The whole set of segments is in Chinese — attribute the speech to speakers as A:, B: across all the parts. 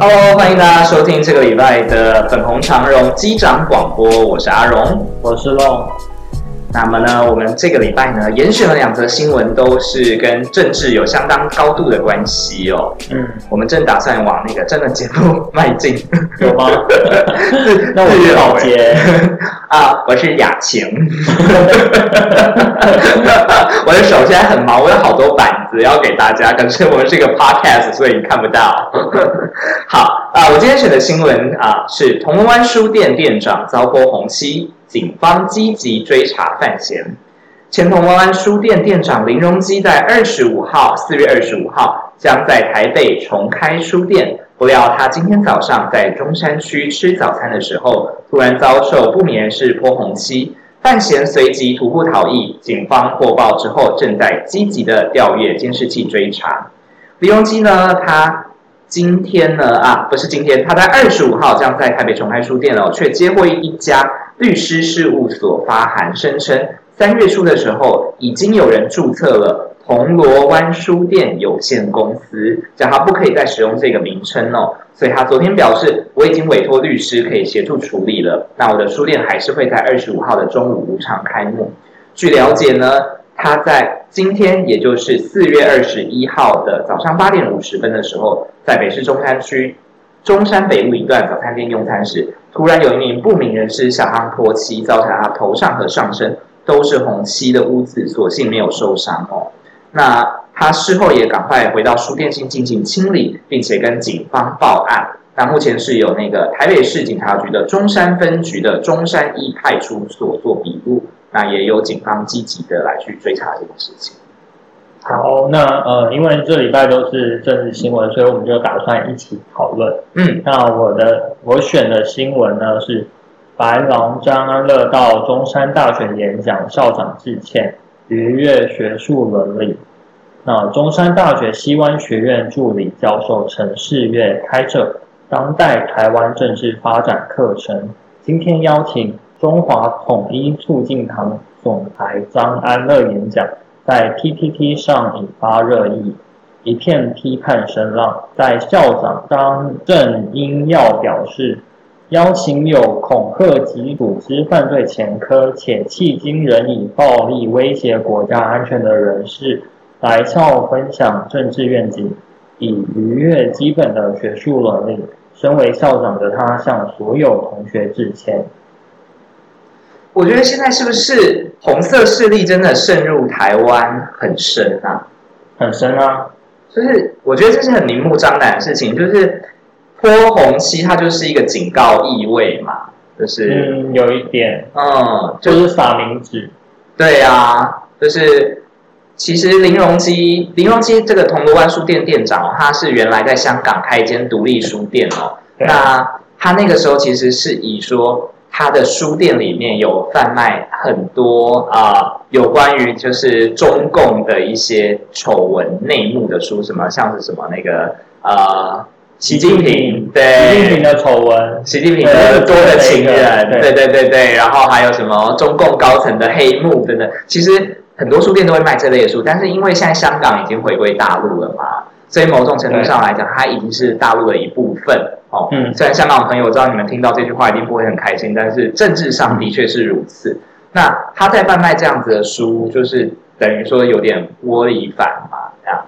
A: Hello，欢迎大家收听这个礼拜的粉红长荣机长广播，我是阿荣。
B: 我是龙，
A: 那么呢，我们这个礼拜呢，严选了两则新闻，都是跟政治有相当高度的关系哦。
B: 嗯，
A: 我们正打算往那个政论节目 迈进。
B: 有 吗？那我
A: 自
B: 是
A: 由
B: 老杰，
A: 啊，我是雅晴， 我的手现在很忙，我有好多板子要给大家，可是我们是一个 podcast，所以你看不到。 好啊，我今天选的新闻啊是铜锣湾书店店长遭泼红漆，警方积极追查范闲。前铜锣湾书店店长林荣基在二十五号，四月二十五号将在台北重开书店。不料他今天早上在中山区吃早餐的时候，突然遭受不明人士泼红漆，范闲随即徒步逃逸，警方获报之后，正在积极的调阅监视器追查。林荣基呢，他今天呢啊，不是今天，他在二十五号将在台北重开书店哦，却接获一家律师事务所发函，声称三月初的时候已经有人注册了。铜锣湾书店有限公司，叫他不可以再使用这个名称哦，所以他昨天表示，我已经委托律师可以协助处理了。那我的书店还是会在二十五号的中午无偿开幕。据了解呢，他在今天，也就是四月二十一号的早上八点五十分的时候，在北市中山区中山北路一段早餐店用餐时，突然有一名不明人士向他泼漆，造成他头上和上身都是红漆的污渍，所幸没有受伤哦。那他事后也赶快回到书店去进行清理，并且跟警方报案。那目前是由那个台北市警察局的中山分局的中山一派出所做笔录，那也有警方积极的来去追查这件事情。
B: 好，那呃，因为这礼拜都是政治新闻，所以我们就打算一起讨论。
A: 嗯
B: 那我的我选的新闻呢是白龙张安乐到中山大学演讲，校长致歉，逾越学术伦理。那中山大学西湾学院助理教授陈世月开设当代台湾政治发展课程，今天邀请中华统一促进堂总裁张安乐演讲，在 PTT 上引发热议。一片批判声浪。在校长张正英耀表示，邀请有恐吓及组织犯罪前科且迄今仍以暴力威胁国家安全的人士来校分享政治愿景，以逾越基本的学术伦理。身为校长的他向所有同学致歉。
A: 我觉得现在是不是红色势力真的渗入台湾很深啊？
B: 很深啊，
A: 就是我觉得这是很明目张胆的事情，就是泼红漆，它就是一个警告意味嘛，就是
B: 嗯，有一点，
A: 嗯，
B: 就
A: 就是
B: 是撒名纸，
A: 对啊，就是其实林荣基，林荣基这个铜锣湾书店店长哦，他是原来在香港开一间独立书店哦，
B: 对
A: 那他那个时候其实是以说。他的书店里面有贩卖很多啊、有关于就是中共的一些丑闻内幕的书，什么像是什么那个呃，习近
B: 习近
A: 平
B: 平
A: 对
B: 习近平的丑闻，
A: 习近平的多的情人，对
B: 对
A: 对对对，然后还有什么中共高层的黑幕等等，其实很多书店都会卖这类的书，但是因为现在香港已经回归大陆了嘛，所以某种程度上来讲，它已经是大陆的一部分哦。
B: 嗯
A: 虽然香港的朋友，我知道你们听到这句话一定不会很开心，但是政治上的确是如此。那他在贩卖这样子的书，就是等于说有点窝里反嘛，这样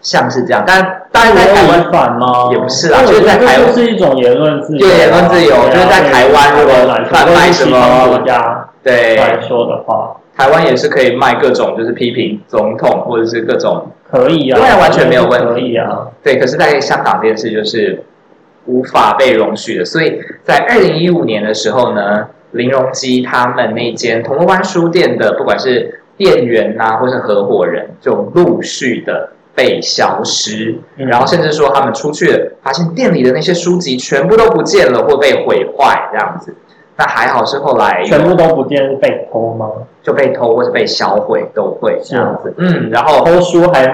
A: 像是这样，但当然在台湾
B: 违反吗？
A: 也不是啦
B: 那我
A: 就是在
B: 觉得
A: 台湾
B: 这就是一种言论自由啊，
A: 对言论自由
B: 对啊
A: 就是在台湾如果贩卖什么
B: 对西方国家
A: 对
B: 来说的话，
A: 台湾也是可以卖各种，就是批评总统或者是各种
B: 可以啊，
A: 对啊完全没有问题
B: 可以啊，
A: 对。可是，在香港这件事就是无法被容许的，所以在二零一五年的时候呢，林荣基他们那间铜锣湾书店的，不管是店员呐、或是合伙人，就陆续的被消失，
B: 嗯
A: 然后甚至说他们出去了，发现店里的那些书籍全部都不见了，或被毁坏这样子。那还好是后来有
B: 全部都不见是被偷吗？
A: 就被偷或是被销毁都会这样子，嗯，然后
B: 偷书还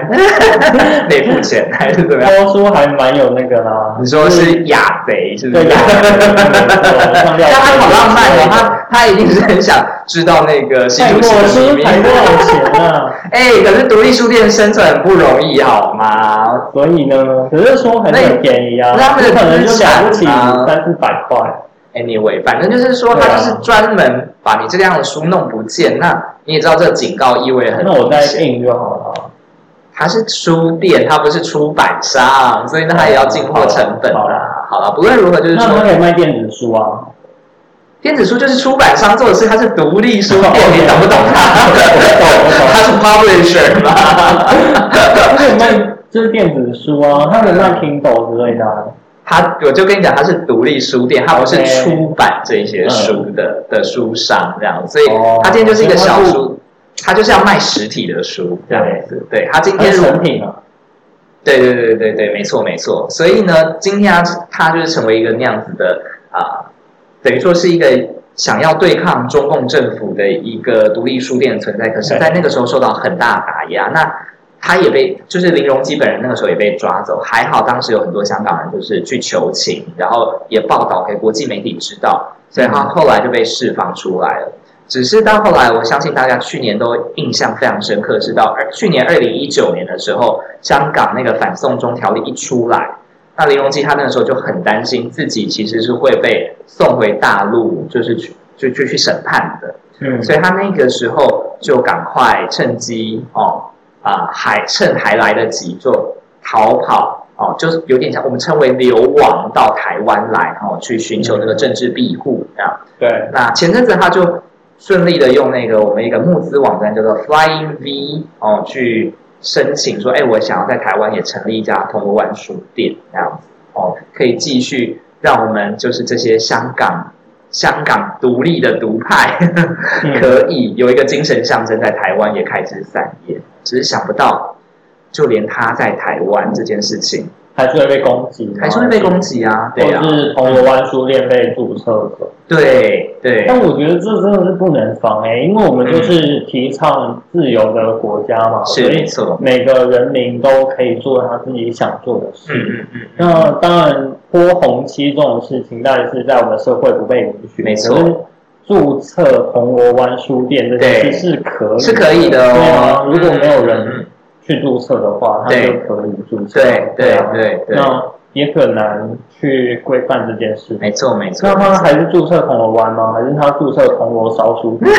A: 没付钱还是怎么样？
B: 偷书还蛮有那个啦，
A: 你说是雅贼，是不
B: 对
A: 是？
B: 呀，
A: 但他好
B: 好
A: 浪漫哦，他他一定是很想知道那个新
B: 泰
A: 竹
B: 国
A: 市的
B: 是
A: 秘密
B: 才多少钱啊？
A: 哎、可是独立书店生存很不容易，好吗？
B: 所以呢，可是说还是很便宜啊，
A: 哎那那
B: 有可能就了不起
A: 那那
B: 三四百块。
A: Anyway，反正就是说，
B: 对啊
A: 他就是专门把你这样的书弄不见。那你也知道，这警告意味很
B: 那我再
A: 明显。
B: 印就好了。
A: 它是书店，它不是出版商，所以那它也要进货成本
B: 好
A: 啊。好了，不论如何，就是
B: 那他
A: 说，
B: 可以卖电子书啊，
A: 电子书就是出版商做的事，它是独立书店，
B: 哦
A: 你懂不懂它？
B: 我懂我懂
A: 它是 publisher
B: 他可
A: 嘛？
B: 以 卖就是电子书啊，他可以卖 Kindle 之类的啊。
A: 它，我就跟你讲，它是独立书店，它不是
B: OK 嗯
A: 出版这些书的、的书商这样，所以
B: 哦
A: 它今天就是一个小
B: 所以
A: 书，它就是要卖实体的书这样子。对，它今
B: 它
A: 天
B: 是
A: 如果
B: 成品啊，
A: 对对对对对，没错没错。所以呢，今天啊，他就是成为一个那样子的啊、等于说是一个想要对抗中共政府的一个独立书店的存在，可是，
B: 对
A: 在那个时候受到很大的打压。那他也被，就是林荣基本人那个时候也被抓走，还好当时有很多香港人就是去求情，然后也报道给国际媒体知道，所以他后来就被释放出来了。只是到后来，我相信大家去年都印象非常深刻，是到二去年二零一九年的时候，香港那个反送中条例一出来，那林荣基他那个时候就很担心自己其实是会被送回大陆，就是去就就去审判的，
B: 嗯，
A: 所以他那个时候就赶快趁机哦啊、还趁还来得及就逃跑哦，就是有点像我们称为流亡到台湾来哦，去寻求那个政治庇护这样。
B: 对，
A: 那前阵子他就顺利的用那个我们一个募资网站叫做 Flying V 哦去申请说，哎，我想要在台湾也成立一家铜锣湾书店这样子哦，可以继续让我们就是这些香港香港独立的独派
B: 嗯，
A: 可以有一个精神象征在台湾也开枝散叶，只是想不到。就连他在台湾这件事情，
B: 还是会被攻击，
A: 还是会被攻，击啊，
B: 或
A: 对
B: 者
A: 啊，
B: 哦是铜锣湾书店被注册的。
A: 对对，
B: 但我觉得这真的是不能防哎、因为我们就是提倡自由的国家嘛，所
A: 是没
B: 以
A: 错，
B: 每个人民都可以做他自己想做的
A: 嗯
B: 事。
A: 嗯嗯，
B: 那当然，泼红漆这种事情，当然是在我们社会不被允许。
A: 没错
B: 可是注册铜锣湾书店这件事是可以，
A: 是可以的
B: 对啊
A: 哦。
B: 如果没有人
A: 嗯，嗯
B: 去注册的话，它就
A: 对
B: 可以注册。
A: 对对
B: 啊
A: 对对，
B: 那也很难去规范这件事。
A: 没错没错
B: 那。他还是注册铜锣湾吗？还是他注册铜锣烧书 店？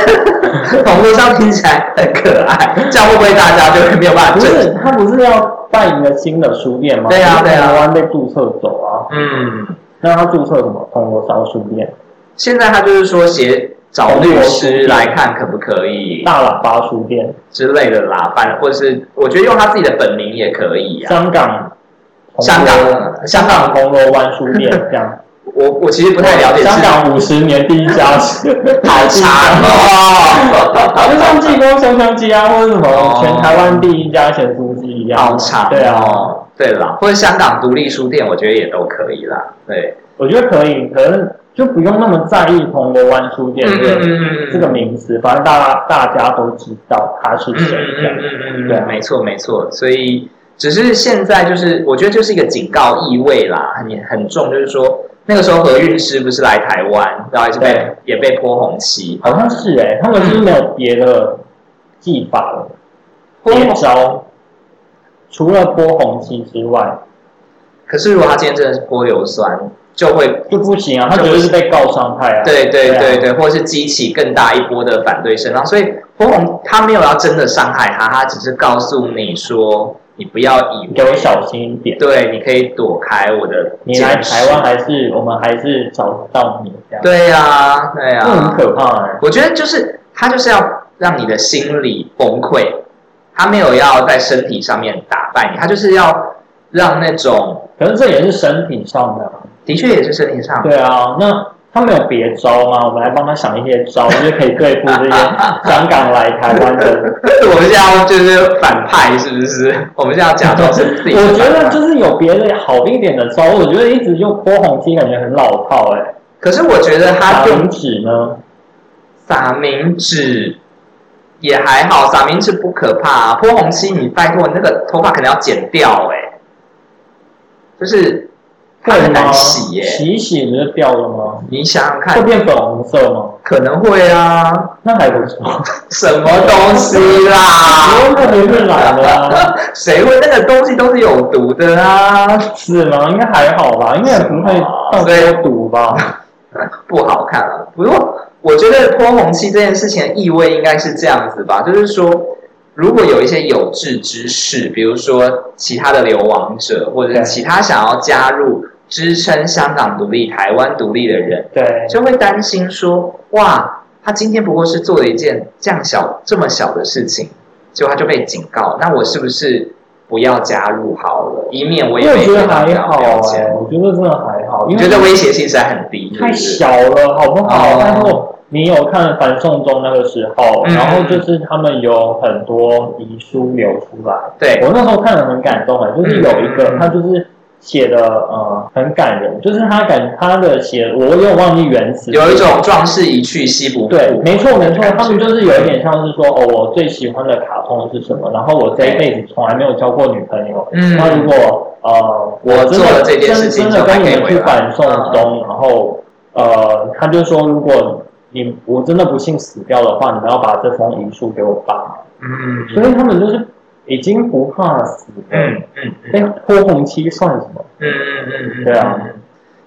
A: 网络上听起来很可爱， 这样会不会大家就会没有办法
B: 不
A: 正？
B: 是，他不是要办一个新的书店吗？
A: 啊对啊对啊
B: 台湾被注册走啊。
A: 嗯，
B: 那他注册什么铜锣烧书店、
A: 现在他就是说写找律师来看可不可以
B: 大喇叭书店、
A: 之类的啦，反正或者是我觉得用他自己的本名也可以啊。
B: 香港、嗯
A: 香
B: 铜锣
A: 港香港，
B: 铜锣湾书 店这样。
A: 我我其实不太了解是，
B: 香港五十年第一家是
A: 好啊长哦，
B: 就像济公香香鸡啊，或者什
A: 哦
B: 么全台湾第一家咸酥鸡一样，
A: 好长
B: 对啊，
A: 哦，对啦，或者香港独立书店，我觉得也都可以啦，对，
B: 我觉得可以，可能就不用那么在意铜锣湾书店
A: 嗯
B: 这
A: 嗯
B: 个
A: 嗯嗯，
B: 这个名字，反正大家大家都知道他是
A: 嗯
B: 谁这样。
A: 嗯嗯嗯
B: 对啊
A: 嗯，没错没错，所以只是现在就是我觉得就是一个警告意味啦，很很重，就是说那个时候何韵诗不是来台湾，然后也是被
B: 对
A: 也被泼红旗，
B: 好像是哎、他们是不是没有别的技法了，
A: 泼
B: 别
A: 红。
B: 招，除了泼红漆之外
A: 可是如果他今天真的是泼硫酸，就会
B: 就不行啊，他绝对是被告伤害啊。
A: 对对
B: 啊
A: 对对，或者是激起更大一波的反对声浪。所以泼红他没有要真的伤害他，他只是告诉你说你不要以
B: 你给我
A: 为
B: 小心一点。
A: 对，你可以躲开我的
B: 你来
A: 监视
B: 台湾还是我们还是找得到你这样，
A: 对啊呀、对呀、
B: 这很可怕哎、
A: 我觉得就是他就是要让你的心理崩溃，他没有要在身体上面打败你，他就是要让那种
B: 可是这也是身体上的啊、
A: 的确也是身体上
B: 对啊，那他没有别招吗？我们来帮他想一些招，就是可以对付 这些香港来台湾的。
A: 我们现在要就是反派是不是？我们现在要假装是自己是
B: 我觉
A: 反
B: 得
A: 派
B: 就是有别的好一点的招，我觉得一直用波红机感觉很老套哎、
A: 可是我觉得
B: 打
A: 他用
B: 明指呢？
A: 撒明纸也还好，撒明纸不可怕、啊，泼红漆你拜托那个头发可能要剪掉哎、就是它
B: 会
A: 很
B: 吗？
A: 难洗耶、
B: 洗一洗不就掉了吗？
A: 你想想
B: 会
A: 看，
B: 变粉红色吗？
A: 可能会啊，
B: 那还不错，
A: 什么东西啦？
B: 不用特别去染的啊，
A: 谁会那个东西都是有毒的啊？
B: 是吗？应该还好吧，应该也不会到消毒吧？
A: 不好看啊。不过我觉得泼红漆这件事情的意味应该是这样子吧，就是说，如果有一些有志之士，比如说其他的流亡者，或者是
B: 对
A: 其他想要加入支撑香港独立、台湾独立的人，
B: 对，
A: 就会担心说，哇，他今天不过是做了一件这样小、这么小的事情，结果他就被警告，那我是不是？不要加入好了，以免我
B: 我
A: 也
B: 也
A: 被
B: 觉得
A: 贴上
B: 还
A: 标
B: 好
A: 签
B: 哎、我觉得真的还好，
A: 你
B: 因
A: 觉得
B: 为
A: 威胁性实在很低，
B: 太
A: 是不是
B: 小了，好不好
A: 哦？
B: 但是我你有看反送中那个时候，
A: 嗯
B: 然后就是他们有很多遗书流出来，
A: 对，
B: 我那时候看了很感动哎，就是有一
A: 嗯
B: 个他就是写的呃很感人，就是他感他的写我有点忘记原词，
A: 有一种壮士一去西不复。
B: 对，没错没错
A: 感，觉
B: 他们就是有一点像是说哦，我最喜欢的卡通是什么？然后我这一辈子从来没有交过女朋友。
A: 嗯
B: 那如果呃，
A: 我
B: 真
A: 做了
B: 的
A: 这件事
B: 真
A: 情
B: 真的
A: 就还
B: 跟
A: 可以
B: 你们去
A: 回来嗯
B: 反送中，然后呃，他就说，如果你我真的不幸死掉的话，你们要把这封遗书给我爸妈。
A: 嗯
B: 所以他们就是已经不怕死了，
A: 嗯嗯嗯
B: 那泼红漆算什么？
A: 嗯嗯嗯，
B: 对啊。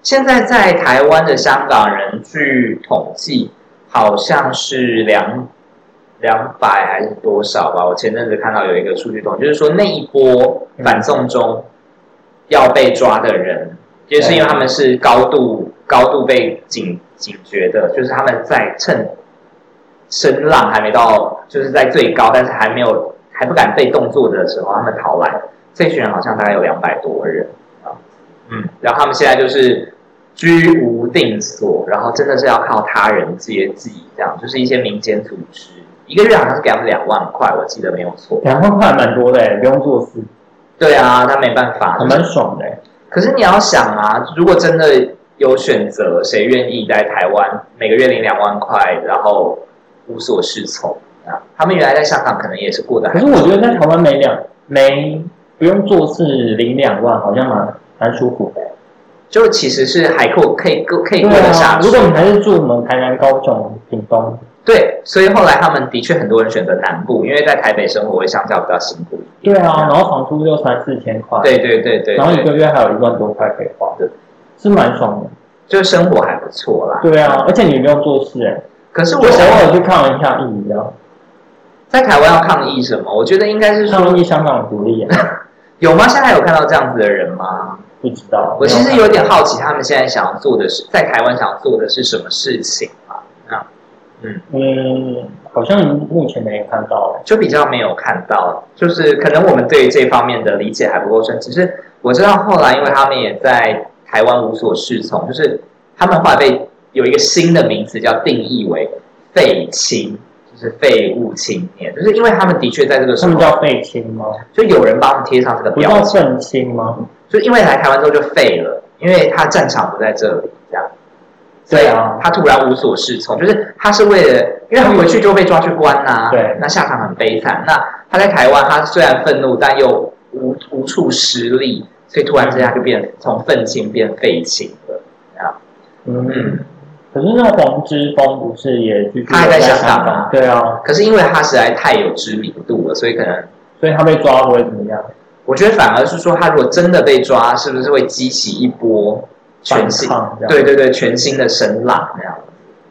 A: 现在在台湾的香港人，据统计好像是两两百还是多少吧？我前阵子看到有一个数据统计，就是说那一波反送中要被抓的人，就是因为他们是高度高度被警警觉的，就是他们在趁声浪还没到，就是在最高，但是还没有还不敢被动作的时候，他们逃来。这群人好像大概有两百多人啊，嗯，然后他们现在就是居无定所，然后真的是要靠他人接济，这样就是一些民间组织，一个月好像是给他们两万块，我记得没有错。
B: 两万块还蛮多的欸，不用做事，
A: 对啊，他没办法，
B: 还蛮爽的欸。
A: 可是你要想啊，如果真的有选择，谁愿意在台湾每个月领两万块，然后无所适从啊？他们原来在香港可能也是过得还
B: 可是我觉得在台湾没两没不用做事领两万，好像蛮蛮舒服的。
A: 就其实是还可可以过可以过得下
B: 啊，
A: 去。
B: 如果你还是住我们台南、高雄、屏东，
A: 对，所以后来他们的确很多人选择南部，因为在台北生活会相较比较辛苦一
B: 对
A: 点。
B: 啊，然后房租就三四千块，，
A: 对对对对
B: 然后一
A: 对，
B: 个月还有一万多块可以花，
A: 对，
B: 是蛮爽的。
A: 就生活还不错啦。
B: 对啊，而且你不用做事哎，
A: 可是
B: 就
A: 我想
B: 偶尔去抗一下议啊，
A: 在台湾要抗议什么？我觉得应该是
B: 抗
A: 说
B: 议香港独立，啊
A: 有吗？现在有看到这样子的人吗？
B: 不知道。
A: 我其
B: 没
A: 实
B: 看
A: 有点好奇，他们现在想要做的是在台湾想要做的是什么事情啊？啊，嗯，
B: 嗯，好像目前没有看到。欸
A: 就比较没有看到，就是可能我们对这方面的理解还不够深。只是我知道后来，因为他们也在台湾无所适从，就是他们后来被有一个新的名词叫定义为废青，就是废物青年，就是因为他们的确在这个时
B: 他们
A: 候，
B: 叫废青吗？
A: 就有人帮他们贴上这个
B: 不
A: 标
B: 叫
A: 签，
B: 愤青吗？
A: 就因为来台湾之后就废了，因为他战场不在这里，这样。
B: 对啊，
A: 他突然无所适从，就是他是为了，因为他回去就被抓去关呐、
B: 对
A: 那下场很悲惨。那他在台湾，他虽然愤怒，但又无无处施力，所以突然之间他就变从愤青变废青了。
B: 嗯
A: 嗯，，
B: 可是那黄之锋不是也继续
A: 他还在
B: 在
A: 香港
B: 港
A: 啊
B: 对啊，
A: 可是因为他实在太有知名度了，所以可能
B: 所以他被抓不会怎么样。
A: 我觉得反而是说，他如果真的被抓，是不是会激起一波全新
B: 反抗这样
A: 对对对全新的声浪那样？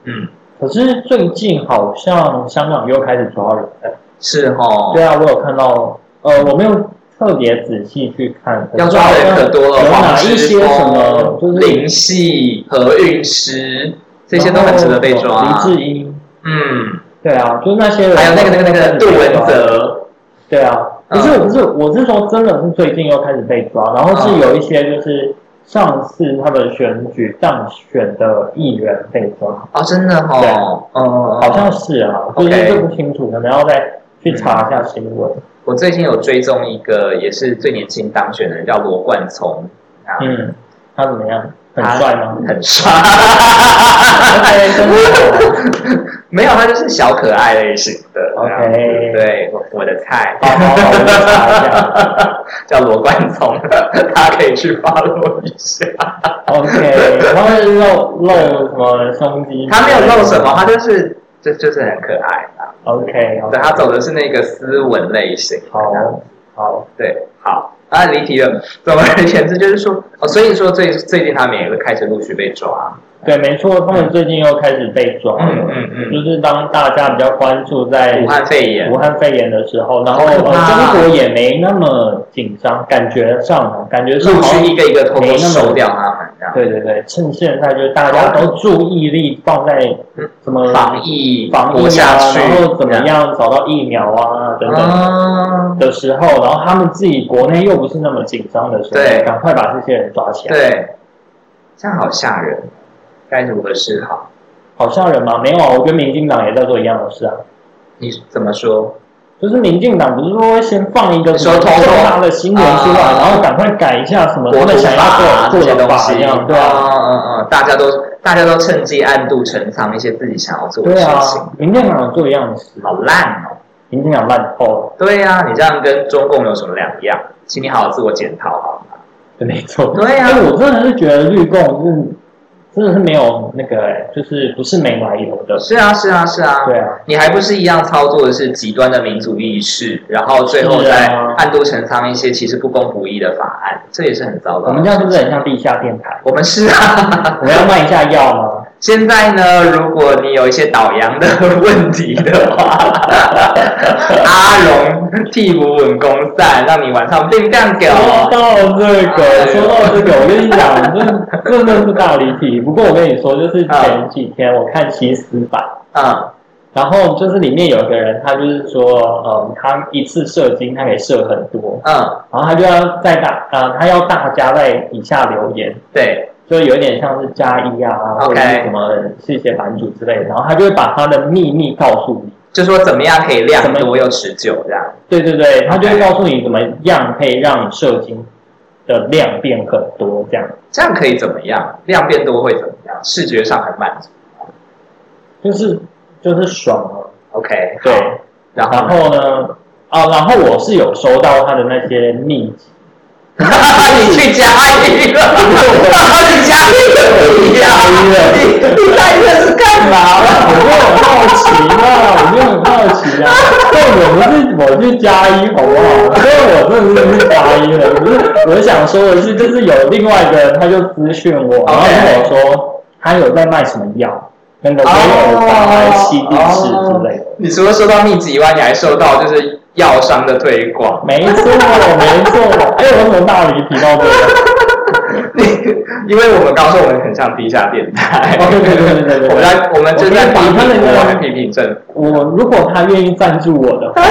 A: 嗯，
B: 可是最近好像香港又开始抓人了。
A: 是哦，
B: 对啊，我有看到，呃，我没有特别仔细去看，
A: 要抓的人可多了，
B: 有
A: 黄
B: 哪一
A: 之
B: 些什么就
A: 锋、
B: 是
A: 林系、何韵诗，这些都很值得被抓
B: 然
A: 啊
B: 后。黎智英，
A: 嗯，
B: 对啊，就是那些人，
A: 还有那个那个那个杜文，泽，
B: 对啊，
A: 嗯
B: 不是不是，我是说真的是最近又开始被抓，然后是有一些就是上次他们选举当选的议员被抓，
A: 哦，真的
B: 对
A: 哦，嗯，
B: 好像是啊，就
A: OK
B: 是这不清楚，可能要再去查一下新闻。
A: 我最近有追踪一个也是最年轻当选的人，叫罗冠聪，啊，
B: 嗯，他怎么样？很帅吗？
A: 很帅，
B: 嗯 OK，真的
A: 没有，他就是小可爱类型的，的这样子
B: OK
A: 对，我我的菜，
B: 好好好我们查一下
A: 叫罗冠聪， 大家可以去 follow 一下。
B: OK，他会露露什么胸肌？
A: 他没有露什么，他就是就就是很可爱啊。
B: OK，
A: 对，他走的是那个斯文类型。
B: 好好
A: 对，好，啊，离题了。总而言之，就是说，哦，所以说最最近他们也会开始陆续被抓。
B: 对，没错，他们最近又开始被抓了。
A: 嗯嗯嗯
B: 就是当大家比较关注在
A: 武汉肺炎
B: 武，汉肺炎的时候，然后、
A: 好可怕啊
B: 呃、中国也没那么紧张，感觉上啊感觉上
A: 陆
B: 好像
A: 续一个一个偷偷
B: 没那么
A: 收掉他们，这样。
B: 对对对，趁现在就是大家都注意力放在
A: 嗯
B: 什么呃
A: 防疫，
B: 防疫
A: 活下
B: 啊，
A: 去，
B: 然后怎么样找到疫苗啊
A: 这
B: 等
A: 样？
B: 等
A: 嗯，
B: 的时候，然后他们自己国内又不是那么紧张的时
A: 对
B: 候，赶快把这些人抓起来。
A: 对，这样好吓人，该如何是好？
B: 好吓人吗？没有啊，我跟民进党也在做一样的事啊。
A: 你怎么说？
B: 就是民进党不是说先放一个
A: 你
B: 什
A: 说
B: 么
A: 偷偷
B: 重大的新闻出来，
A: 啊
B: 然后赶快改一下什么
A: 国
B: 他
A: 土
B: 们想
A: 法啊
B: 要
A: 这
B: 做
A: 些
B: 做的
A: 东
B: 法
A: 西，
B: 一样，对啊，
A: 嗯嗯嗯，大家都大家都趁机暗度陈仓一些自己想要做的
B: 对
A: 事
B: 啊
A: 情，，
B: 民进党有做一样的事，
A: 好烂哦。
B: 民进党烂透了，
A: 对呀、你这样跟中共有什么两样？请你好好自我检讨好吗？
B: 对没错。
A: 对啊
B: 哎我真的是觉得绿共是真的是没有那个、哎，就是不是没来由的，
A: 是啊，是啊，是啊。
B: 对啊，
A: 你还不是一样操作的是极端的民族意识，然后最后
B: 是啊
A: 再暗度陈仓一些其实不公不义的法案，这也是很糟糕的。
B: 我们这样是不是很像地下电台？
A: 我们是啊。
B: 我们要卖一下药吗？
A: 现在呢，如果你有一些导阳的问题的话，阿荣替补稳攻散，让你晚上变干掉。
B: 说到这
A: 哎
B: 个，
A: 呦
B: 说到这个，我跟你讲，这真的是大离题。不过我跟你说，就是前几天我看西斯版，
A: 嗯
B: 然后就是里面有一个人，他就是说，嗯，他一次射精，他可以射很多，
A: 嗯，
B: 然后他就要在大，呃，他要大家在底下留言，
A: 对，
B: 就有点像是加一啊，
A: OK
B: 或者是什么谢谢版主之类的，然后他就会把他的秘密告诉你。
A: 就说怎么样可以量多又持久这样。
B: 对对对，他就会
A: OK
B: 告诉你怎么样可以让你射精的量变很多，这样。
A: 这样可以怎么样？量变多会怎么样？视觉上很满足。
B: 就是就是爽啊，
A: OK，
B: 对。
A: 然
B: 然
A: 后呢？
B: 后呢，啊，然后我是有收到他的那些秘籍，
A: 你去加一了，你加一个屁呀！你你带这是干嘛
B: 我
A: 了？
B: 就很好奇啊，我就很好奇啊，但我不是我去加一好不好？所以我真的是去加一了，可是我想说的是，就是有另外一个人他就咨询我，然后跟我说他有在卖什么药，那个威尔法还是西地士之类
A: 哦
B: 的。
A: 你除了收到秘籍以外，你还收到就是药商的推广。
B: 没错，没错。哎、我怎么大理提到这个？
A: 你因为我们刚说我们很像地下电台，
B: 哦对对对对对对
A: 我们在我们就在批评
B: 我觉得比他们
A: 我们批评政府。
B: 我如果他愿意赞助我的 话，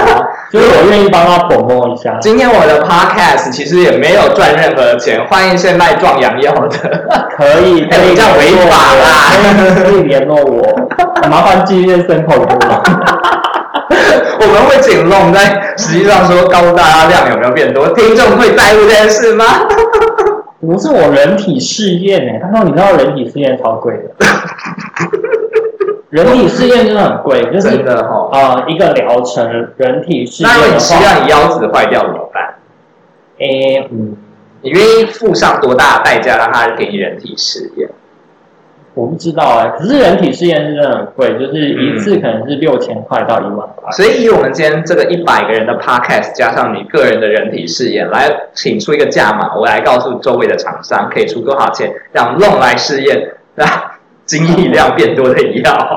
B: 就是我愿意帮他 p r 一下。
A: 今天我的 podcast 其实也没有赚任何钱，欢迎现卖壮阳药的。
B: 可以，可
A: 哎
B: 以
A: 你这样违法啦
B: 可以可以联络我， 麻烦寄件生口给我。
A: 我们会紧弄，但实际上说告诉大家量有没有变多，听众会在乎这件事吗？
B: 不是我人体试验呢、欸，但是你知道人体试验超贵的，人体试验真的很贵，就是
A: 真的哦
B: 啊、一个疗程人体试验
A: 那如果你
B: 的
A: 吃
B: 话，
A: 掉你腰子坏掉怎么办？
B: 诶、嗯，
A: 你愿意付上多大的代价让它给你人体试验？
B: 我不知道哎、可是人体试验是真的很贵，就是一
A: 嗯
B: 次可能是六千块到一万块。
A: 所以以我们今天这个一百个人的 podcast 加上你个人的人体试验，来请出一个价码，我来告诉周围的厂商可以出多少钱让弄来试验，让精液量变多的药。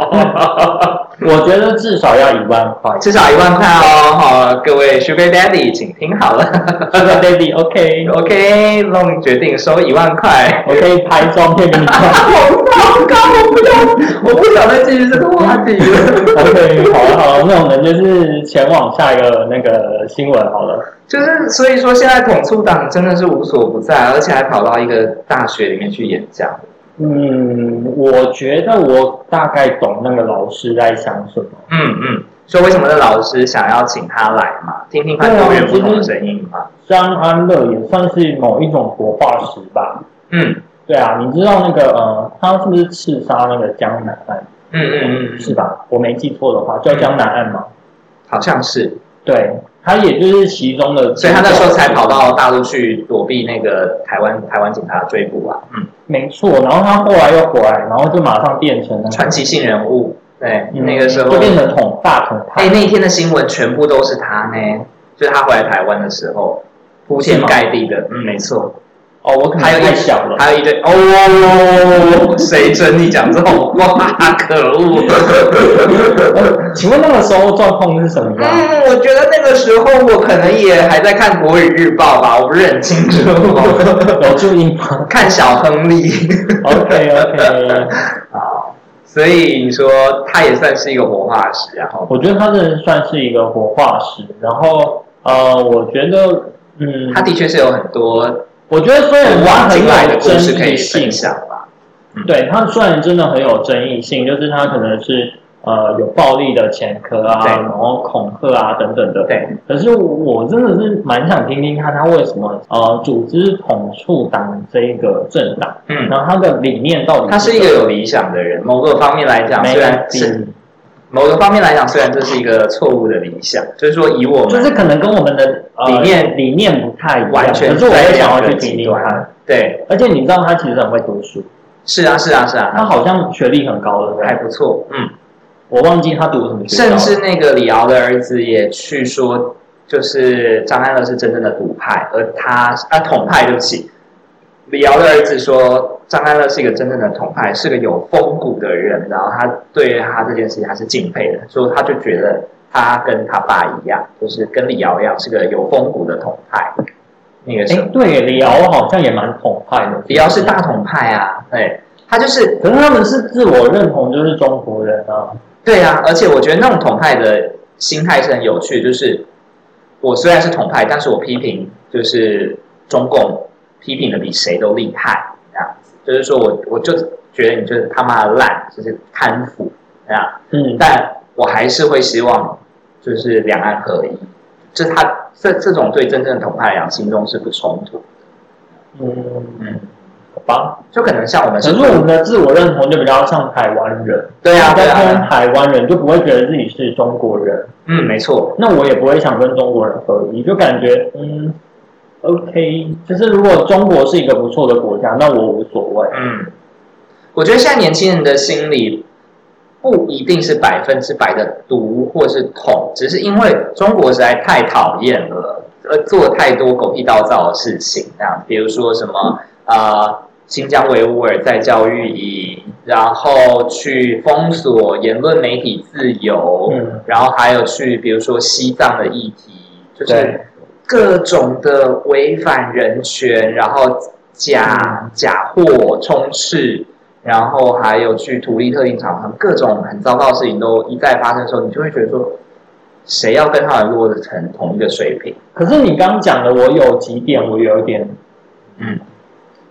B: 我觉得至少要一万块。
A: 至少一万块哦，好，各位 Sugar Daddy，请听好了
B: Sugar Daddy，OK，、
A: ，OK，弄决定收一万块。
B: 我可以拍照片给你看。
A: 好糟糕，我不要，我不想再继续这个话 题了。
B: OK，好了好了，那我们就是前往下一个那个新闻好了。
A: 就是所以说，现在统促党真的是无所不在，而且还跑到一个大学里面去演讲。
B: 嗯，我觉得我大概懂那个老师在想什么。
A: 嗯嗯，说为什么的老师想要请他来嘛，听听
B: 啊
A: 看多元不同的声音嘛。
B: 张安乐也算是某一种活化石吧。
A: 嗯
B: 对啊，你知道那个呃，他是不是刺杀那个江南案
A: 嗯嗯嗯，
B: 是？吧？我没记错的话，叫江南案吗？
A: 好像是，
B: 对，他也就是其中的，
A: 所以他那时候才跑到大陆去躲避那个台湾台湾警察的追捕啊，嗯，
B: 没错，然后他后来又回来，然后就马上变成了
A: 传奇性人物，对，
B: 嗯
A: 那个时候
B: 就，变成统大统派
A: 哎，，那一天的新闻全部都是他呢，就是他回来台湾的时候铺天
B: 是吗
A: 盖地的，嗯，没错，
B: 哦，我可能
A: 还有一
B: 太小了，
A: 还有一堆哦，谁准你讲这种话？可恶！
B: 请问那个时候状况是什么样？
A: 嗯，我觉得那个时候我可能也还在看《国语日报》吧，我不是很清 楚。
B: 有注意 吗
A: 看小亨利，
B: ？OK OK，
A: 好，所以你说他也算是一个活化石，然后
B: 我觉得他这算是一个活化石，然后呃，我觉得嗯
A: 他，的确是有很多
B: 我觉得虽然他
A: 挖
B: 很
A: 进来的
B: 有
A: 故
B: 争
A: 事可以
B: 议
A: 分
B: 性，
A: 享吧。
B: 对他虽然真的很有争议性，就是他可能是呃有暴力的前科啊，
A: 对
B: 然后恐吓啊等等的。
A: 对，
B: 可是我真的是蛮想听听看他为什么呃组织统促党这一个政党，
A: 嗯，
B: 然后他的理念到底
A: 他是一个有理想的人，某个方面来讲，
B: 没
A: 虽然是
B: 底，
A: 某个方面来讲，虽然这是一个错误的理想，就是说以我
B: 就
A: 们
B: 是可能跟我们的、呃
A: 理念
B: 理念不太一样，
A: 完全
B: 可是我也
A: 在
B: 想要
A: 两个
B: 去
A: 极
B: 听听
A: 端
B: 看。
A: 对，
B: 而且你知道他其实很会读书，
A: 是啊，是啊，是
B: 他
A: 啊，
B: 好像学历很高，对不
A: 还
B: 对？
A: 不错，嗯，
B: 我忘记他读什么学校
A: 甚
B: 了，
A: 至那个李敖的儿子也去说，就是张安乐是真正的独派，而他啊统派，对不起，李敖的儿子说张安乐是一个真正的统派，是个有风骨的人，然后他对他这件事情他是敬佩的，所以他就觉得他跟他爸一样，就是跟李敖一样是个有风骨的统派，那个时候
B: 哎，对，李敖好像也蛮统派的。
A: 李敖是大，统派啊，对，他就是
B: 可是他们是自我认同就是中国人啊。
A: 对啊，而且我觉得那种统派的心态是很有趣，就是我虽然是统派，但是我批评就是中共批评的比谁都厉害，这样子，就是说我我就觉得你就是他妈的烂，就是贪腐这样，
B: 嗯，
A: 但我还是会希望就是两岸合一，这他这这种对真正的统派来讲，心中是不冲突，
B: 嗯
A: 嗯，
B: 好吧。
A: 就可能像我们
B: 可
A: 是
B: 是我们的自我认同就比较像台湾人，
A: 对啊对
B: 在跟
A: 啊，
B: 台湾人就不会觉得自己是中国人，
A: 嗯，没错，
B: 那我也不会想跟中国人合一，就感觉嗯，OK，就是如果中国是一个不错的国家，那我无所谓。
A: 嗯，我觉得现在年轻人的心理不一定是百分之百的毒或是统，只是因为中国实在太讨厌了，呃，做太多狗屁倒灶的事情，这样，比如说什么呃，新疆维吾尔再教育营，然后去封锁言论媒体自由，
B: 嗯，
A: 然后还有去比如说西藏的议题，就是
B: 对
A: 各种的违反人权，然后假假货充斥，然后还有去图利特定场合，各种很糟糕的事情都一再发生的时候，你就会觉得说，谁要跟他们落得成同一个水平？
B: 可是你刚讲的，我有几点我有点
A: 嗯，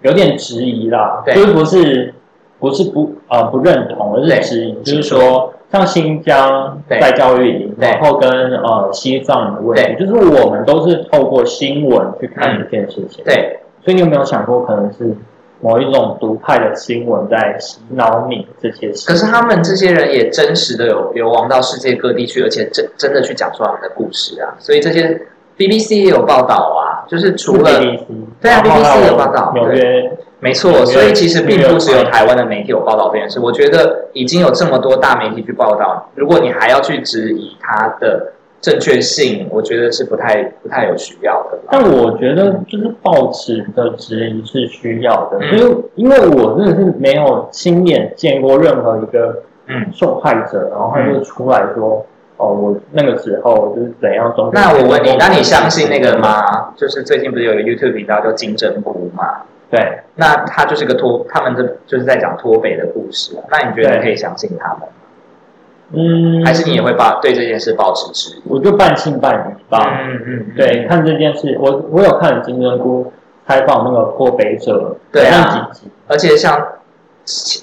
B: 有点质疑啦，
A: 对
B: 就是不是不是不呃不认同，而
A: 对
B: 是质疑，就是说像新疆
A: 对
B: 在教育营，
A: 对
B: 然后跟呃西藏的问题，就是我们都是透过新闻去看这件事情，，
A: 对，
B: 所以你有没有想过，可能是某一种独派的新闻在洗脑你这些事？
A: 可是他们这些人也真实的有流亡到世界各地去，而且真真的去讲述他们的故事啊，所以这些 BBC 也有报道啊，就是除了。
B: BBC，
A: 对啊
B: 然后还
A: BBC 有报道
B: 纽约，
A: 没
B: 纽
A: 错，
B: 约
A: 所以其实并不只
B: 纽
A: 有
B: 约
A: 台湾的媒体有报道这件事。我觉得已经有这么多大媒体去报道，如果你还要去质疑它的正确性，我觉得是不太不太有需要的啦。
B: 但我觉得就是报纸的质疑是需要的，
A: 嗯
B: 因为因为我真的是没有亲眼见过任何一个
A: 嗯，
B: 受害者，然后他就出来说，哦，我那个时候就是怎样中国。
A: 那我问你，那你相信那个？吗？就是最近不是有个 YouTube 频道叫金针菇吗？
B: 对，
A: 那他就是个脱，他们这就是在讲脱北的故事啊、那你觉得你可以相信他们吗，
B: 嗯，
A: 还是你也会抱对这件事抱持质疑？
B: 我就半信半疑吧。
A: 嗯嗯，嗯
B: 对，，看这件事，我我有看金针菇采访那个脱北者
A: 对啊
B: 那几集，
A: 而且像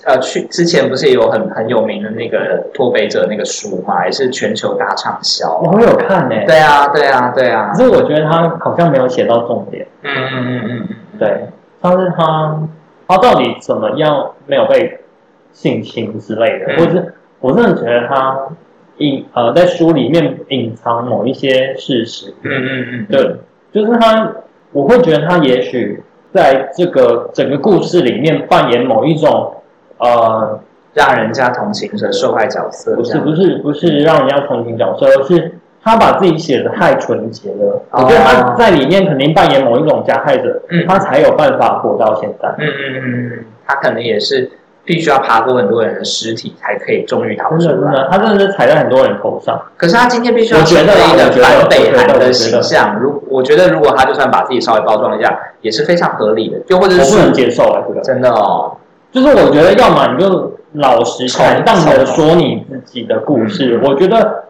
A: 呃，去之前不是也有很很有名的那个《脱北者》那个书嘛，也是全球大畅销。
B: 我有看呢、
A: 对啊，对啊，对啊
B: 可。是我觉得他好像没有写到重点。
A: 嗯嗯嗯嗯嗯，
B: 对，像是他他到底怎么样没有被性侵之类的，
A: 嗯
B: 或者是我真的觉得他隐呃在书里面隐藏某一些事实。
A: 嗯嗯嗯，
B: 对，就是他，我会觉得他也许在这个整个故事里面扮演某一种呃，
A: 让人家同情的受害角色，
B: 不
A: 这
B: 是
A: 样
B: 不是不是让人家同情角色，而是他把自己写的太纯洁了。我觉得他在里面肯定扮演某一种加害者，
A: 哦嗯
B: 他才有办法活到现在。
A: 嗯嗯嗯嗯，他可能也是必须要爬过很多人的尸体，才可以终于逃
B: 真
A: 出
B: 的真
A: 来。
B: 的，他真的是踩在很多人头上。
A: 可是他今天必须要
B: 我觉
A: 面
B: 得啊
A: 对的反北韩
B: 我觉
A: 的
B: 得我觉得
A: 形象。如我觉得，如果他就算把自己稍微包装一下，也是非常合理的。又或者
B: 我不能
A: 是
B: 接受啊，这个。
A: 真的哦，
B: 就是我觉得，要么你就老实坦荡的说你自己的故事。我觉得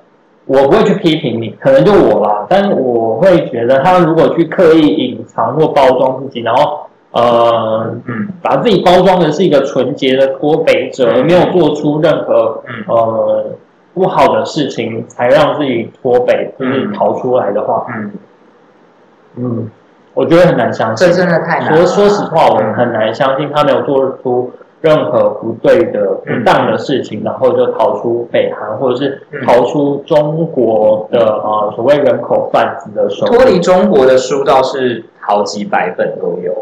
B: 我不会去批评你，可能就我啦，但是我会觉得他如果去刻意隐藏或包装自己，然后呃，
A: 嗯
B: 把自己包装的是一个纯洁的脱北者，没有做出任何
A: 嗯
B: 呃不好的事情，才让自己脱北，就是
A: 嗯
B: 逃出来的话，
A: 嗯，
B: 嗯，我觉得很难相信
A: 这。真的太难
B: 说
A: 了。
B: 说实话，我
A: 嗯
B: 很难相信他没有做出任何不对的、
A: 嗯
B: 不当的事情，然后就逃出北韩，或者是
A: 嗯
B: 逃出中国的啊、呃所谓人口贩子的手里
A: 脱离中国的书倒是好几百本都有，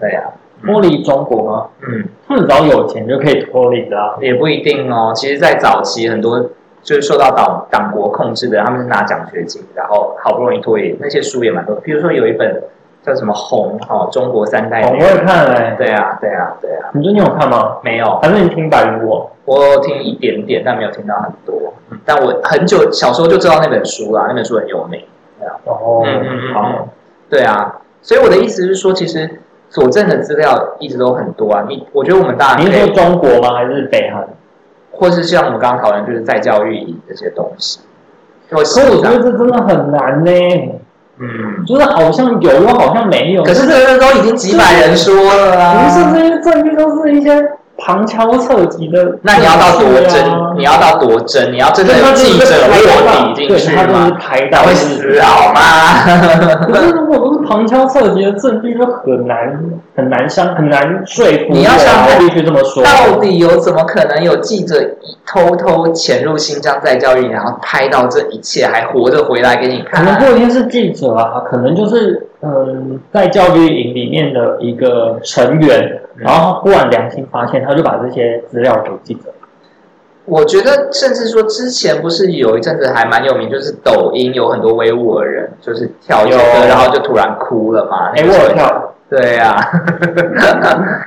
A: 对啊呀、
B: 脱离中国吗？
A: 嗯。
B: 他们只要有钱就可以脱离的、啊。
A: 也不一定哦。其实，在早期很多就是受到党党国控制的，他们是拿奖学金，然后好不容易脱离那些书也蛮多。比如说有一本叫什么《红》哦，中国三代
B: 哦
A: 女
B: 我有
A: 人。
B: 看哎、
A: 对啊，对啊，对啊，
B: 你说你有看吗？
A: 没有，
B: 还是你听百灵果？
A: 我有听一点点，但没有听到很多。但我很久小时候就知道那本书啦，那本书很有名。
B: 哦，
A: 嗯嗯嗯
B: 好，
A: 对啊，所以我的意思是说，其实佐证的资料一直都很多啊。你我觉得我们当然
B: 你
A: 可
B: 是说
A: 以，
B: 中国吗？还是北韩？
A: 或是像我们刚刚讨论，就是再教育营这些东西。可
B: 所以我觉得这真的很难呢、
A: 嗯，
B: 就是好像有，又好像没有。
A: 可是这个都已经几百人说了啊，
B: 不是这些证据都是一些旁敲侧击的，
A: 那你要到多
B: 对
A: 真？
B: 啊
A: 你要到多真？你要真的
B: 对他就是
A: 记者
B: 拍到
A: 卧底进
B: 对
A: 去
B: 他就是
A: 吗？
B: 拍
A: 他
B: 到
A: 会死好吗？
B: 可是如果都是旁敲侧击的证据，就很难很难相很难说服我啊。
A: 你要相信
B: 我必须这么 说。
A: 到底有怎么可能有记者偷偷潜入新疆在教育，然后拍到这一切，还活着回来给你
B: 可
A: 看？
B: 能不一定是记者啊，可能就是嗯，在教育营里面的一个成员，
A: 嗯
B: 然后忽然良心发现，他就把这些资料给记者。
A: 我觉得，甚至说之前不是有一阵子还蛮有名，就是抖音有很多维吾尔人，就是跳一首歌，
B: 有
A: 然后就突然哭了嘛。
B: 哎，
A: 那个
B: 我
A: 时候
B: 有跳，
A: 对呀、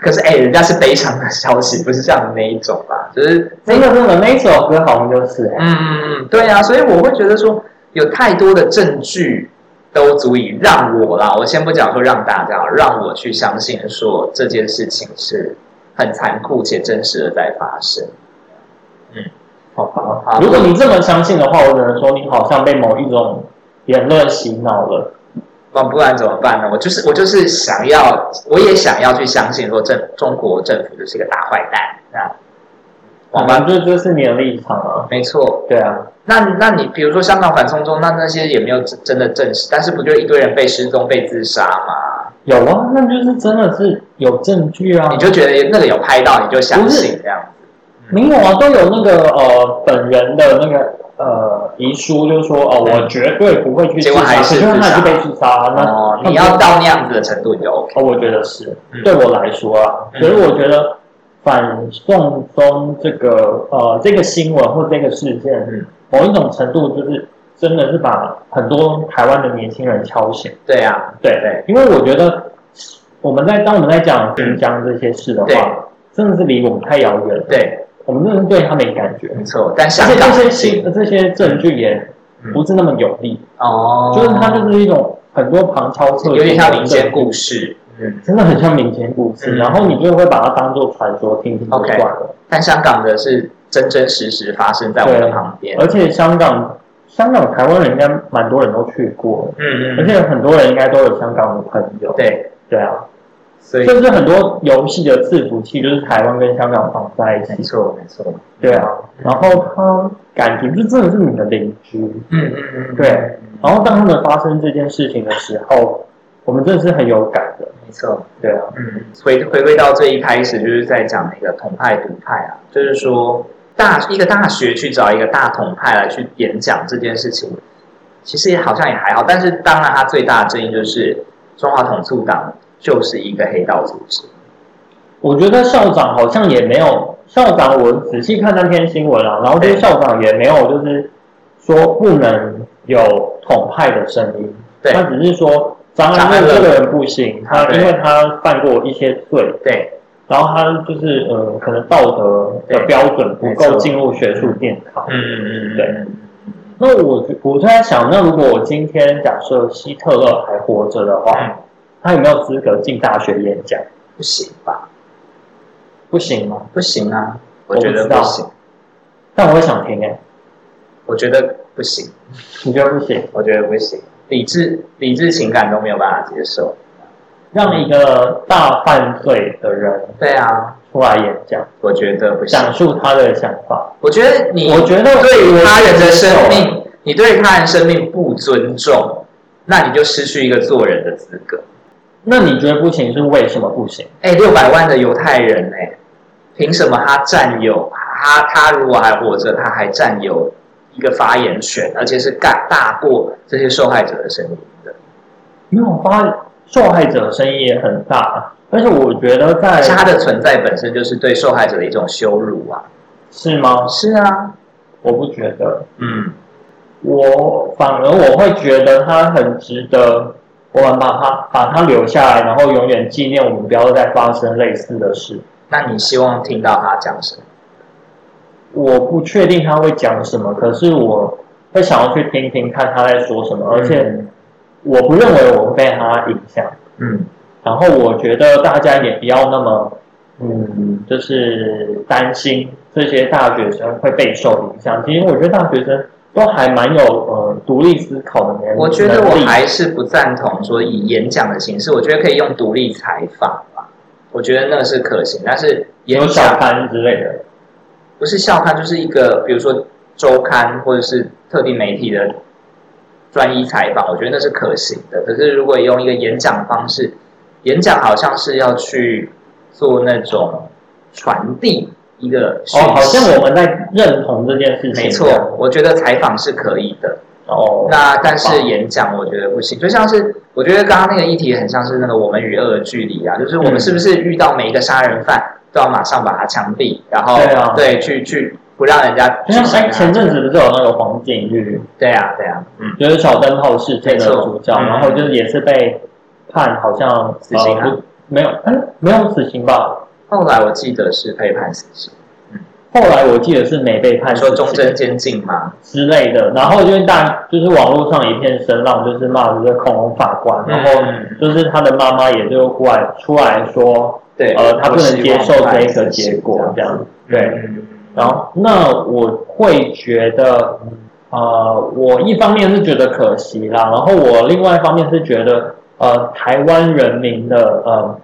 A: 可是哎、人家是悲伤的消息，不是像那一种吧？就是，
B: 真的真的那一首歌好像就是哎。
A: 嗯嗯嗯，对呀、所以我会觉得说，有太多的证据都足以让我啦，我先不讲说让大家，让我去相信说这件事情是很残酷且真实的在发生。
B: 好吧
A: 好，
B: 如果你这么相信的话，我只能说你好像被某一种言论洗脑了。
A: 那不然怎么办呢？我就是我就是想要，我也想要去相信说政中国政府就是一个大坏蛋啊，
B: 好
A: 王
B: 吧，
A: 八
B: 这这是你的立场啊。
A: 没错，
B: 对啊，
A: 那那你比如说香港反送中，那那些也没有真真的证实，但是不就一堆人被失踪、被自杀吗？
B: 有啊，那就是真的是有证据啊
A: 你。就觉得那个有拍到，你就相信这样子。
B: 没有啊，都有那个呃本人的那个呃遗书，就说哦、
A: 嗯
B: 我绝对不会去
A: 结
B: 自
A: 果
B: 杀，
A: 还
B: 可
A: 是
B: 是他
A: 自杀
B: 还是被自杀啊。那
A: 哦，
B: 那
A: 你要到那样子的程度，你就 OK。
B: 哦，我觉得是
A: 嗯，
B: 对我来说啊，
A: 嗯
B: 所以我觉得反送中这个呃这个新闻或这个事件
A: 嗯，
B: 某一种程度就是真的是把很多台湾的年轻人敲醒，
A: 对啊，
B: 对
A: 对，
B: 因为我觉得我们在当我们在
A: 嗯
B: 讲新疆这些事的
A: 对
B: 话，真的是离我们太遥远了，
A: 对，
B: 我们真的是对他没感觉，
A: 没错。但
B: 而
A: 香
B: 且
A: 港
B: 这
A: 不
B: 些
A: 行嗯
B: 这些证据也不是那么有力，
A: 哦，
B: 就是它就是一种很多旁敲侧击，
A: 有点像民间故事。嗯，
B: 真的很像民间故事，
A: 嗯
B: 然后你就会把它当做传说听听就算了。
A: 但香港的是真真实实发生在我们
B: 对
A: 旁边。
B: 而且香港，香港台湾人应该蛮多人都去过，
A: 嗯
B: 而
A: 嗯，
B: 且很多人应该都有香港的朋友。
A: 对，
B: 对啊，
A: 所以
B: 甚至很多游戏的伺服器就是台湾跟香港绑在一
A: 没
B: 起。
A: 错没错。
B: 对啊，然后他感觉就真的是你的邻居。
A: 嗯嗯嗯，
B: 对，然后当他们发生这件事情的时候，我们真的是很有感的。
A: 没错。
B: 对啊，
A: 嗯，回回归到最一开始，就是在讲那个同派独派啊，就是说，大一个大学去找一个大统派来去演讲这件事情，其实也好像也还好。但是当然，它最大的争议就是中华统促党就是一个黑道组织。
B: 我觉得校长好像也没有，校长我仔细看那篇新闻啊，然后就是
A: 对
B: 校长也没有就是说不能有统派的声音，
A: 对
B: 他只是说张
A: 张
B: 安
A: 安
B: 乐
A: 乐
B: 这个人不行，他
A: 对
B: 因为他犯过一些罪，
A: 对
B: 然后他就是呃可能道德的
A: 对
B: 标准不
A: 没
B: 够
A: 错
B: 进入学术殿堂
A: 嗯，。嗯嗯嗯，
B: 对那我觉我就在想，那如果我今天假设希特勒还活着的话，
A: 嗯
B: 他有没有资格进大学演讲？
A: 不行吧？
B: 不行吗？
A: 不行啊，我
B: 我不
A: 觉得
B: 知道
A: 不行，
B: 但我会想听哎，
A: 我觉得不行，
B: 你觉得不行？
A: 我觉得不行，理智理智情感都没有办法接受。
B: 让一个大犯罪的人
A: 对啊，
B: 出来演讲，
A: 我觉得不行。
B: 讲述他的想法，
A: 我觉得你，
B: 我觉得
A: 对于他人的生
B: 我
A: 命，你对他人生命不尊重，那你就失去一个做人的资格。
B: 那你觉得不行是为什么不行？
A: 哎，六百万的犹太人，哎，凭什么他占有？他他如果还活着，他还占有一个发言权，而且是大大过这些受害者的声音的。
B: 因为我发现受害者的声音也很大，但是我觉得在
A: 而且他的存在本身就是对受害者的一种羞辱啊！
B: 是吗？
A: 是啊，
B: 我不觉得，
A: 嗯，
B: 我反而我会觉得他很值得，我们把他把他留下来，然后永远纪念我们，不要再发生类似的事。
A: 那你希望听到他讲什么？
B: 我不确定他会讲什么，可是我会想要去听听看他在说什么，而且我不认为我会被他影响。
A: 嗯，
B: 然后我觉得大家也不要那么，嗯，就是担心这些大学生会备受影响。其实我觉得大学生都还蛮有呃独立思考的能力。
A: 我觉得我
B: 能力
A: 还是不赞同说以演讲的形式，我觉得可以用独立采访吧，我觉得那个是可行。但是演
B: 有小
A: 讲
B: 刊之类的。
A: 不是校刊，就是一个比如说周刊或者是特定媒体的专一采访，我觉得那是可行的。可是如果用一个演讲方式，演讲好像是要去做那种传递一个讯息，
B: 哦，好像我们在认同这件事情。
A: 没错，我觉得采访是可以的。
B: 哦，
A: 那但是演讲我觉得不行，就像是我觉得刚刚那个议题很像是那个我们与恶的距离啊，就是我
B: 嗯
A: 们是不是遇到每一个杀人犯都要马上把他枪毙，然后
B: 对啊
A: 去去不让人家去
B: 就像
A: 想
B: 哎，
A: 他
B: 前阵子不是有那个黄景瑜，
A: 对啊对啊，嗯，
B: 就是小灯泡事件的
A: 没错
B: 主角，
A: 嗯
B: 然后就是也是被判好像
A: 死刑
B: 呃
A: 啊
B: 不没有，嗯，没有死刑吧？
A: 后来我记得是被判死刑，
B: 后来我记得是没被判
A: 你
B: 死
A: 说忠贞
B: 刑
A: 监禁吗？
B: 之类的，然后就是大就是网络上一片声浪，就是骂这个恐龙法官，然后
A: 嗯
B: 就是他的妈妈也就过来出来说，
A: 对，
B: 呃，他不能接受
A: 我希望
B: 这
A: 判
B: 一个
A: 死
B: 结
A: 刑
B: 果这样
A: 嗯
B: 子，对。
A: 对，
B: 然后，那我会觉得，呃，我一方面是觉得可惜啦，然后我另外一方面是觉得，呃，台湾人民的呃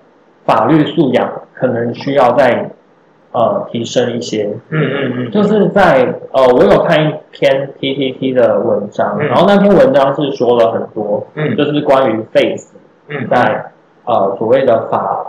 B: 法律素养可能需要再呃提升一些。
A: 嗯嗯嗯，
B: 就是在呃，我有看一篇 PTT 的文章，
A: 嗯
B: 然后那篇文章是说了很多，
A: 嗯
B: 就是关于 face
A: 嗯
B: 在呃所谓的法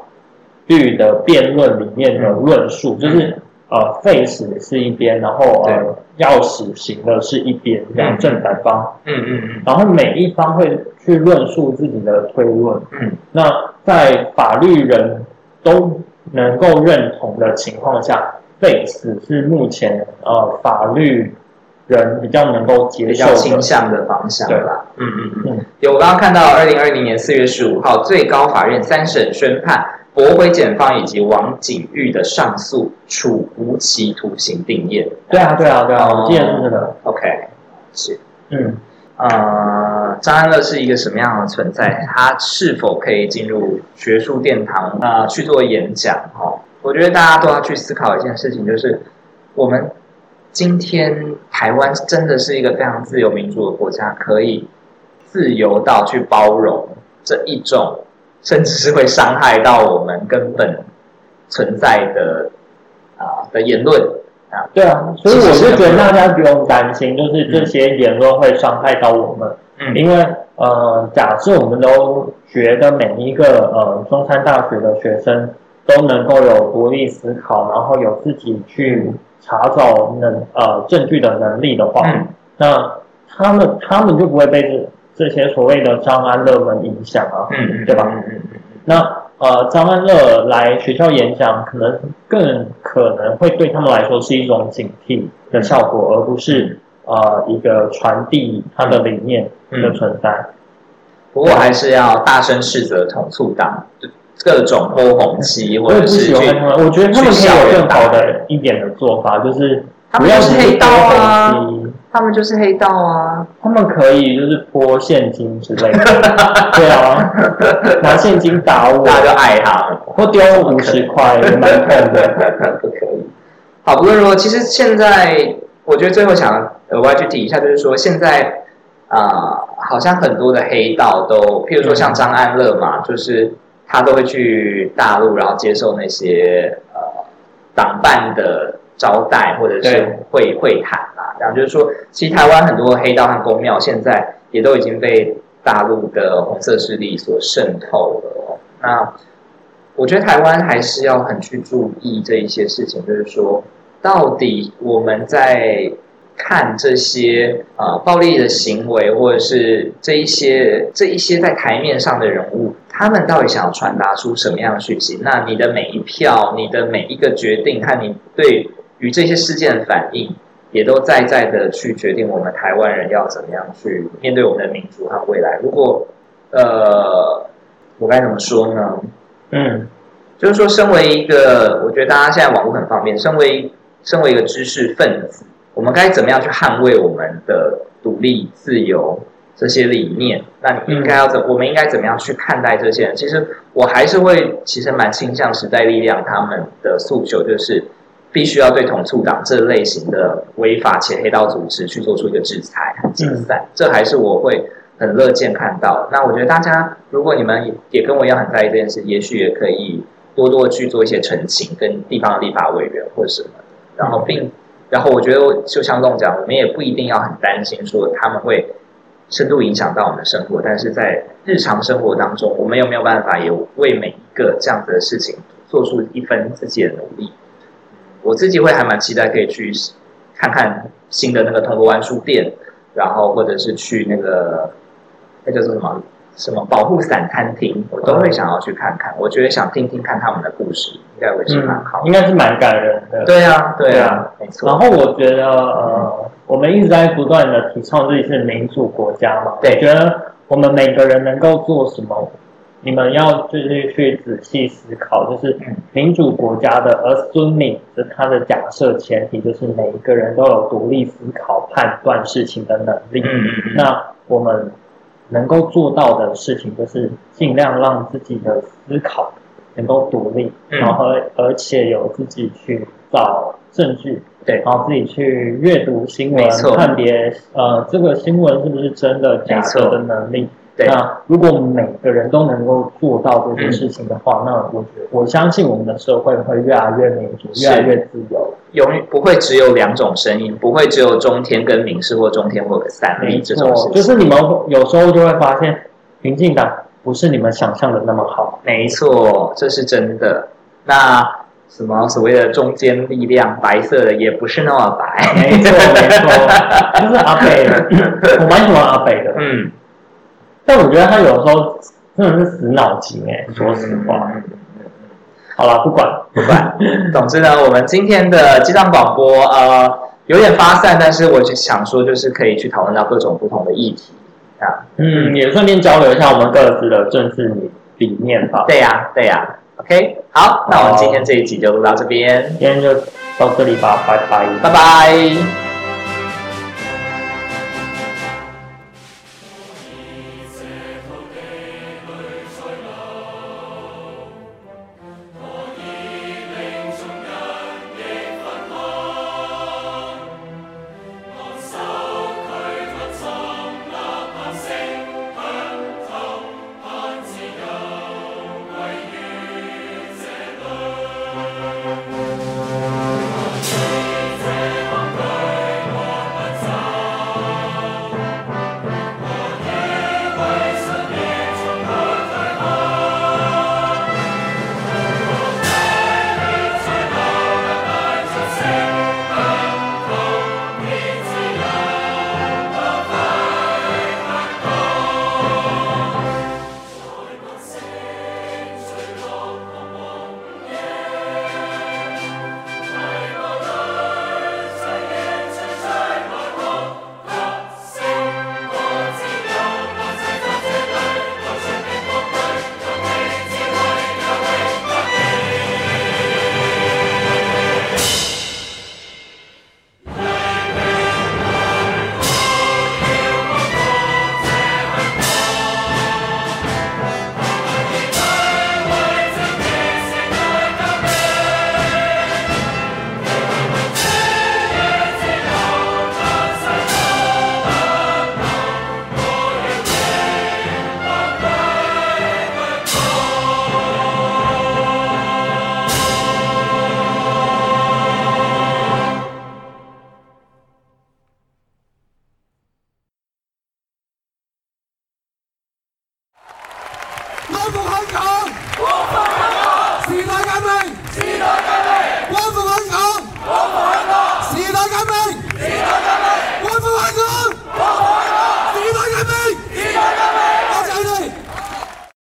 B: 律的辩论里面的论述，就是呃废死是一边，然
A: 嗯
B: 后
A: 对
B: 呃要死刑的是一边，这样
A: 嗯
B: 正反方，
A: 嗯嗯
B: 然后每一方会去论述自己的推论。
A: 嗯嗯，
B: 那在法律人都能够认同的情况下，废死是目前呃法律人比较能够接
A: 比
B: 受
A: 较倾
B: 的。
A: 向的方向吧。嗯嗯
B: 嗯
A: 嗯。有，我刚刚看到二零二零年四月十五号，最高法院三审宣判驳回检方以及王景玉的上诉，处无期徒刑定谳。
B: 对啊，对啊，对啊，
A: 哦
B: 我记得是这个。
A: OK，是。
B: 嗯，
A: 呃，张安乐是一个什么样的存在？他是否可以进入学术殿堂啊、呃去做演讲？哦，我觉得大家都要去思考一件事情，就是我们今天台湾真的是一个非常自由民主的国家，可以自由到去包容这一种，甚至是会伤害到我们根本存在的啊、的言论。
B: 对啊，所以我就觉得大家不用担心，就是这些言论会伤害到我们，
A: 嗯
B: 因为呃，假设我们都觉得每一个呃中山大学的学生都能够有独立思考，然后有自己去查找能呃证据的能力的话，
A: 嗯
B: 那他们他们就不会被这这些所谓的张安乐们影响啊。
A: 嗯，
B: 对吧
A: 嗯嗯嗯
B: 那呃，张安乐来学校演讲，可能更可能会对他们来说是一种警惕的效果，而不是呃一个传递他的理念的
A: 嗯。
B: 存在。
A: 不过还是要大声斥责统促党各种泼红漆，
B: 我
A: 或
B: 也
A: 者
B: 不
A: 是
B: 喜
A: 去
B: 欢他们，我觉得他们可以
A: 去校
B: 有
A: 园
B: 更
A: 打
B: 好的一点的做法，就是
A: 他
B: 不
A: 们
B: 要
A: 就是
B: 只是
A: 黑道啊
B: 泼红漆
A: 他们就是黑道啊。
B: 他们可以就是拨现金之 类的，对啊，拿现金打我，
A: 大家就爱他们，
B: 或丢五十块，也蛮痛的。
A: 不可以。好，不论如何，其实现在我觉得最后想额外去提一下，就是说现在啊、呃好像很多的黑道都，譬如说像张安乐嘛，就是他都会去大陆，然后接受那些呃党办的招待或者是
B: 对
A: 会会谈啦。然后就是说，其实台湾很多黑道和公庙现在也都已经被大陆的红色势力所渗透了哦。那我觉得台湾还是要很去注意这一些事情，就是说，到底我们在看这些呃暴力的行为，或者是这一些这一些在台面上的人物，他们到底想要传达出什么样的讯息？那你的每一票、你的每一个决定和你对于这些事件的反应，也都在在的去决定我们台湾人要怎么样去面对我们的民主和未来。如果呃，我该怎么说呢？
B: 嗯，
A: 就是说，身为一个，我觉得大家现在网络很方便，身为身为一个知识分子，我们该怎么样去捍卫我们的独立、自由这些理念？那你应该要怎？我们应该怎么样去看待这些人？其实我还是会，其实蛮倾向时代力量他们的诉求，就是必须要对统促党这类型的违法且黑道组织去做出一个制裁和解散，这还是我会很乐见看到的。那我觉得大家，如果你们也也跟我一样很在意这件事，也许也可以多多去做一些澄清，跟地方的立法委员或什么的，然后并，然后我觉得就像弄讲，我们也不一定要很担心说他们会深度影响到我们的生活，但是在日常生活当中，我们有没有办法也为每一个这样子的事情做出一份自己的努力？我自己会还蛮期待可以去看看新的那个铜锣湾书店，然后或者是去那个那叫做什么什么保护伞餐厅，我都会想要去看看。我觉得想听听看他们的故事，应该会是蛮好
B: 嗯，应该是蛮感人的。
A: 对啊，对啊，没
B: 然
A: 错。
B: 后我觉得，呃，我们一直在不断的提倡自己是民主国家嘛，
A: 对
B: 我觉得我们每个人能够做什么，你们要就是去仔细思考，就是
A: 嗯
B: 民主国家的 assuming，这它的假设前提就是每一个人都有独立思考、判断事情的能力。
A: 嗯嗯嗯，
B: 那我们能够做到的事情，就是尽量让自己的思考能够独立，
A: 嗯
B: 然后而且有自己去找证据，
A: 对
B: 然后自己去阅读新
A: 没
B: 闻
A: 错，
B: 判别呃这个新闻是不是真的假
A: 没错
B: 的的能力。
A: 对，
B: 那如果每个人都能够做到这件事情的
A: 嗯
B: 话，那我觉得我相信我们的社会会越来越民主，
A: 是
B: 越来越自由。
A: 永远不会只有两种声音，不会只有中天跟民事或中天或者三立
B: 没
A: 嗯这种事，
B: 错就
A: 情。
B: 是你们有时候就会发现，民进党不是你们想象的那么好。
A: 没错，这是真的。那什么所谓的中间力量，白色的也不是那么白。
B: 没错，没错，就是阿北，我蛮喜欢阿北的，
A: 嗯，
B: 但我觉得他有时候真的是死脑筋哎、说实话。
A: 嗯
B: 好了，不管，
A: 不管。总之呢，我们今天的机上广播呃有点发散，但是我就想说，就是可以去讨论到各种不同的议题啊。
B: 嗯，也顺便交流一下我们各自的政治理理念吧。
A: 对呀、对呀、OK，好，那我们今天这一集就录到这边，
B: 今天就到这里吧，拜拜。
A: 拜拜。